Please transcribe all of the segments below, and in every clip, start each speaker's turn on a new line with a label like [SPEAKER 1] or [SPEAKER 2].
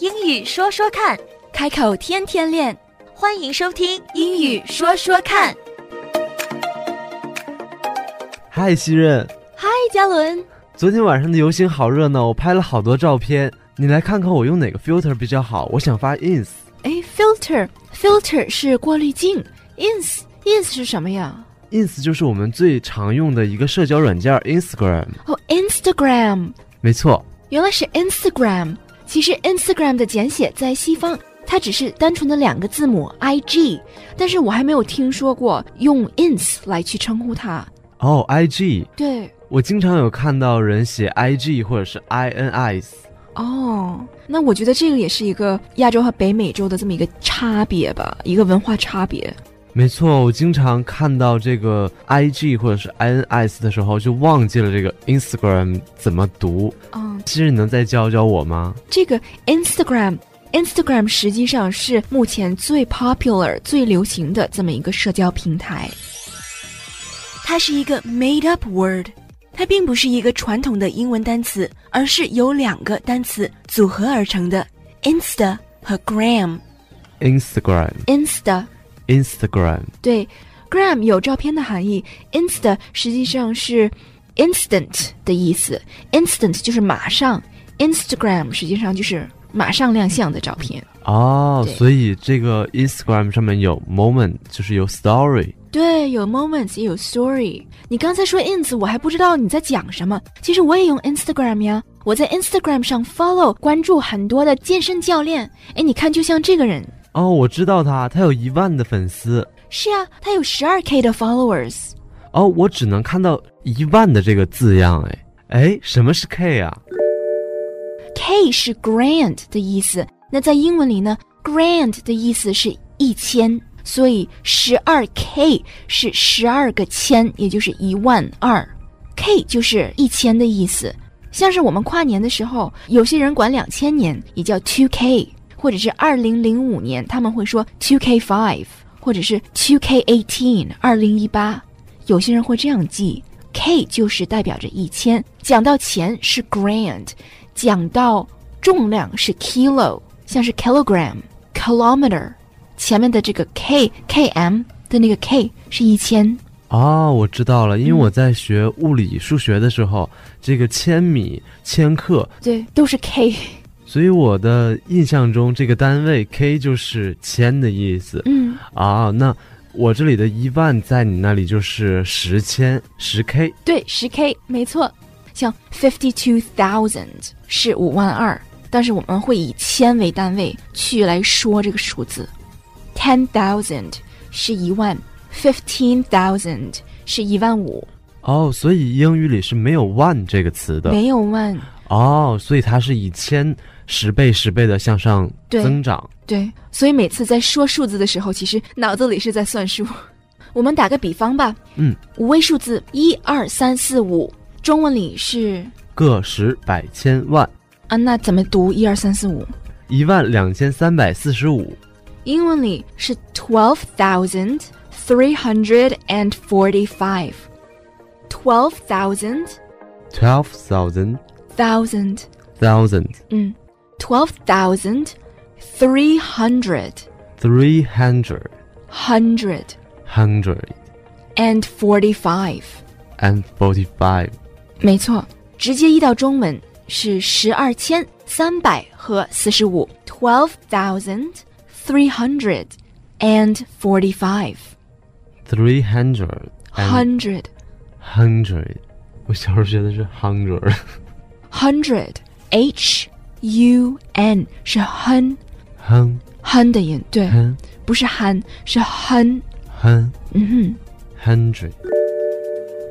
[SPEAKER 1] 英语说说看，
[SPEAKER 2] 开口天天练，
[SPEAKER 1] 欢迎收听《英语说说看》。
[SPEAKER 3] 嗨，西任，
[SPEAKER 2] 嗨，嘉伦，
[SPEAKER 3] 昨天晚上的游行好热闹，我拍了好多照片。你来看看我用哪个 filter 比较好？我想发 ins。
[SPEAKER 2] 哎，filter filter 是过滤镜，ins ins 是什么呀？
[SPEAKER 3] ins 就是我们最常用的一个社交软件 Instagram。
[SPEAKER 2] 哦，Instagram，
[SPEAKER 3] 没错，
[SPEAKER 2] 原来是 Instagram。其实 Instagram 的简写在西方，它只是单纯的两个字母 i g，但是我还没有听说过用 ins 来去称呼它。
[SPEAKER 3] 哦，IG，
[SPEAKER 2] 对，
[SPEAKER 3] 我经常有看到人写 IG 或者是 INIs。
[SPEAKER 2] 哦，那我觉得这个也是一个亚洲和北美洲的这么一个差别吧，一个文化差别。
[SPEAKER 3] 没错，我经常看到这个 I G 或者是 I N S 的时候，就忘记了这个 Instagram 怎么读。
[SPEAKER 2] 嗯，
[SPEAKER 3] 其实你能再教教我吗？
[SPEAKER 2] 这个 Instagram。Instagram 实际上是目前最 popular、最流行的这么一个社交平台。
[SPEAKER 1] 它是一个 made up word，它并不是一个传统的英文单词，而是由两个单词组合而成的 Insta 和 Gram。
[SPEAKER 3] Instagram
[SPEAKER 2] Insta
[SPEAKER 3] Instagram
[SPEAKER 2] 对，gram 有照片的含义，insta 实际上是 instant 的意思，instant 就是马上，Instagram 实际上就是马上亮相的照片。
[SPEAKER 3] 哦
[SPEAKER 2] 对，
[SPEAKER 3] 所以这个 Instagram 上面有 moment，就是有 story。
[SPEAKER 2] 对，有 moments 也有 story。你刚才说 ins，我还不知道你在讲什么。其实我也用 Instagram 呀，我在 Instagram 上 follow 关注很多的健身教练。哎，你看，就像这个人，
[SPEAKER 3] 哦，我知道他，他有一万的粉丝。
[SPEAKER 2] 是啊，他有十二 k 的 followers。
[SPEAKER 3] 哦，我只能看到一万的这个字样，哎哎，什么是 K 啊？
[SPEAKER 2] K 是 grand 的意思，那在英文里呢，grand 的意思是一千，所以十二 K 是十二个千，也就是一万二。K 就是一千的意思，像是我们跨年的时候，有些人管两千年也叫 two K，或者是二零零五年他们会说 two K five，或者是 two K eighteen，二零一八，有些人会这样记。K 就是代表着一千，讲到钱是 grand，讲到重量是 kilo，像是 kilogram、kilometer，前面的这个 k、km 的那个 k 是一千。
[SPEAKER 3] 哦，我知道了，因为我在学物理、数学的时候，这个千米、千克，
[SPEAKER 2] 对，都是 k。
[SPEAKER 3] 所以我的印象中这个单位 k 就是千的意思
[SPEAKER 2] 嗯，
[SPEAKER 3] 啊。那我这里的一万在你那里就是十千、十 k。
[SPEAKER 2] 对，十 k 没错。像 fifty two thousand 是五万二，但是我们会以千为单位去来说这个数字。ten thousand 是一万，fifteen thousand 是一万五，
[SPEAKER 3] 哦，所以英语里是没有万这个词的
[SPEAKER 2] 没有万。
[SPEAKER 3] 哦，所以它是以千十倍、十倍的向上
[SPEAKER 2] 对
[SPEAKER 3] 增长。
[SPEAKER 2] 对，所以每次在说数字的时候，其实脑子里是在算数。 我们打个比方吧，
[SPEAKER 3] 嗯，
[SPEAKER 2] 五位数字一二三四五，中文里是
[SPEAKER 3] 个十百千万，
[SPEAKER 2] 啊，那怎么读一二三四五？
[SPEAKER 3] 一万两千三百四十五。
[SPEAKER 2] 英文里是 twelve thousand three hundred and forty five。twelve thousand
[SPEAKER 3] Twelve thousand
[SPEAKER 2] thousand，
[SPEAKER 3] thousand
[SPEAKER 2] 嗯，twelve thousand three hundred
[SPEAKER 3] three hundred
[SPEAKER 2] hundred
[SPEAKER 3] hundred
[SPEAKER 2] and forty five。
[SPEAKER 3] and forty five。
[SPEAKER 2] 没错，直接译到中文是十二千三百和四十五，twelve thousand three hundred and forty five
[SPEAKER 3] Three hundred and
[SPEAKER 2] hundred
[SPEAKER 3] hundred，我小时候学的是 hundred
[SPEAKER 2] hundred h u n 是哼
[SPEAKER 3] 哼
[SPEAKER 2] 哼的音，对，
[SPEAKER 3] 哼
[SPEAKER 2] 不是憨，是哼，
[SPEAKER 3] 哼
[SPEAKER 2] 嗯
[SPEAKER 3] hundred。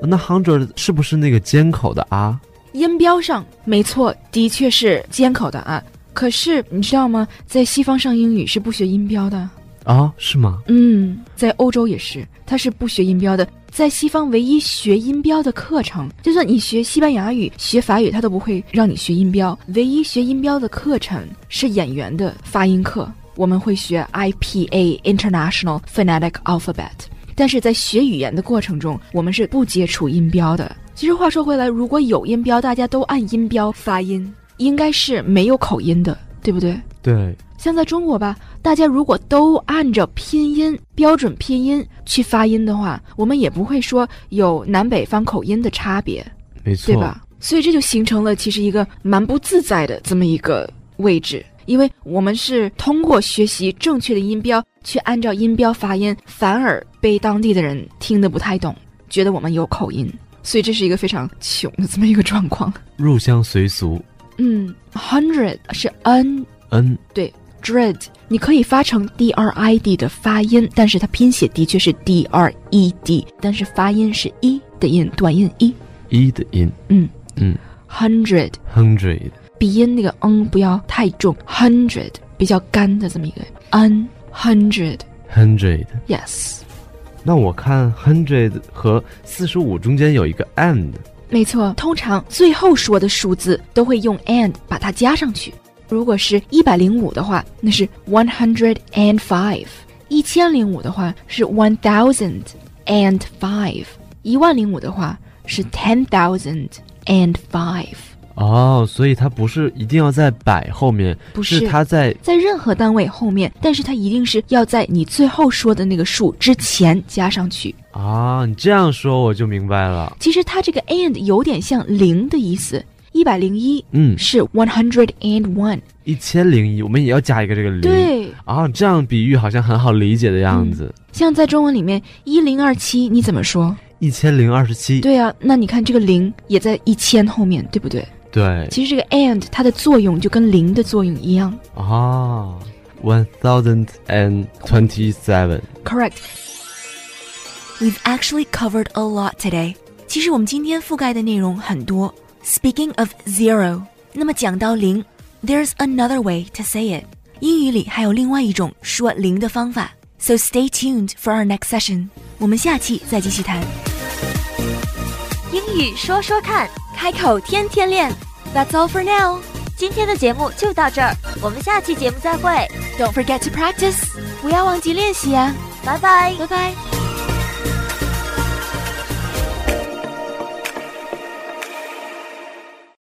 [SPEAKER 3] 那 hundred 是不是那个尖口的啊？
[SPEAKER 2] 哼，音标上没错，的确是尖口的啊。可是你知道吗？在西方上英语是不学音标的。
[SPEAKER 3] 啊，是吗？
[SPEAKER 2] 嗯，在欧洲也是，它是不学音标的。在西方，唯一学音标的课程，就算你学西班牙语、学法语，它都不会让你学音标。唯一学音标的课程是演员的发音课，我们会学 IPA International Phonetic Alphabet。但是在学语言的过程中，我们是不接触音标的。其实话说回来，如果有音标，大家都按音标发音，应该是没有口音的，对不对？
[SPEAKER 3] 对，
[SPEAKER 2] 像在中国吧，大家如果都按照拼音标准拼音去发音的话，我们也不会说有南北方口音的差别，
[SPEAKER 3] 没错，
[SPEAKER 2] 对吧？所以这就形成了其实一个蛮不自在的这么一个位置，因为我们是通过学习正确的音标去按照音标发音，反而被当地的人听得不太懂，觉得我们有口音，所以这是一个非常穷的这么一个状况。
[SPEAKER 3] 入乡随俗。
[SPEAKER 2] 嗯，hundred 是 n
[SPEAKER 3] 嗯，
[SPEAKER 2] dread，你可以发成 d r i d 的发音，但是它拼写的确是 d r e d，但是发音是一、的音，短音一。
[SPEAKER 3] 一 E 的音
[SPEAKER 2] 嗯
[SPEAKER 3] 嗯
[SPEAKER 2] hundred
[SPEAKER 3] ，hundred
[SPEAKER 2] 鼻音那个嗯不要太重，hundred 比较干的这么一个 n hundred
[SPEAKER 3] hundred。
[SPEAKER 2] yes，
[SPEAKER 3] 那我看 hundred 和四十五中间有一个 and，
[SPEAKER 2] 没错，通常最后说的数字都会用 and 把它加上去。如果是一百零五的话，那是 one hundred and five；一千零五的话是 one thousand and five；一万零五的话是 ten thousand and five。
[SPEAKER 3] 哦，所以它不是一定要在百后面，
[SPEAKER 2] 不
[SPEAKER 3] 是
[SPEAKER 2] 是
[SPEAKER 3] 它在
[SPEAKER 2] 在任何单位后面，但是它一定是要在你最后说的那个数之前加上去。
[SPEAKER 3] 啊，你这样说我就明白了。
[SPEAKER 2] 其实它这个 and 有点像零的意思，一百零一
[SPEAKER 3] 嗯，
[SPEAKER 2] 是 one hundred and one。
[SPEAKER 3] 一千零一，我们也要加一个这个零。
[SPEAKER 2] 对，嗯
[SPEAKER 3] 啊，这样比喻好像很好理解的样子。
[SPEAKER 2] 像在中文里面一零二七你怎么说？
[SPEAKER 3] 一千零二十七，
[SPEAKER 2] 对啊，那你看这个零也在一千后面，对不对？
[SPEAKER 3] 对
[SPEAKER 2] 其实这个 and 它的作用就跟零的作用一样。
[SPEAKER 3] 啊，one thousand and twenty seven。
[SPEAKER 2] Correct，
[SPEAKER 1] We've actually covered a lot today. 其实我们今天覆盖的内容很多。Speaking of zero，那么讲到零，there's another way to say it。英语里还有另外一种说零的方法。So stay tuned for our next session。我们下期再继续谈。
[SPEAKER 4] 英语说说看，
[SPEAKER 1] 开口天天练。That's all for now.
[SPEAKER 4] 今天的节目就到这儿，我们下期节目再会，
[SPEAKER 1] Don't forget to practice. 不要忘记练习啊。
[SPEAKER 4] 拜拜。
[SPEAKER 1] 拜拜。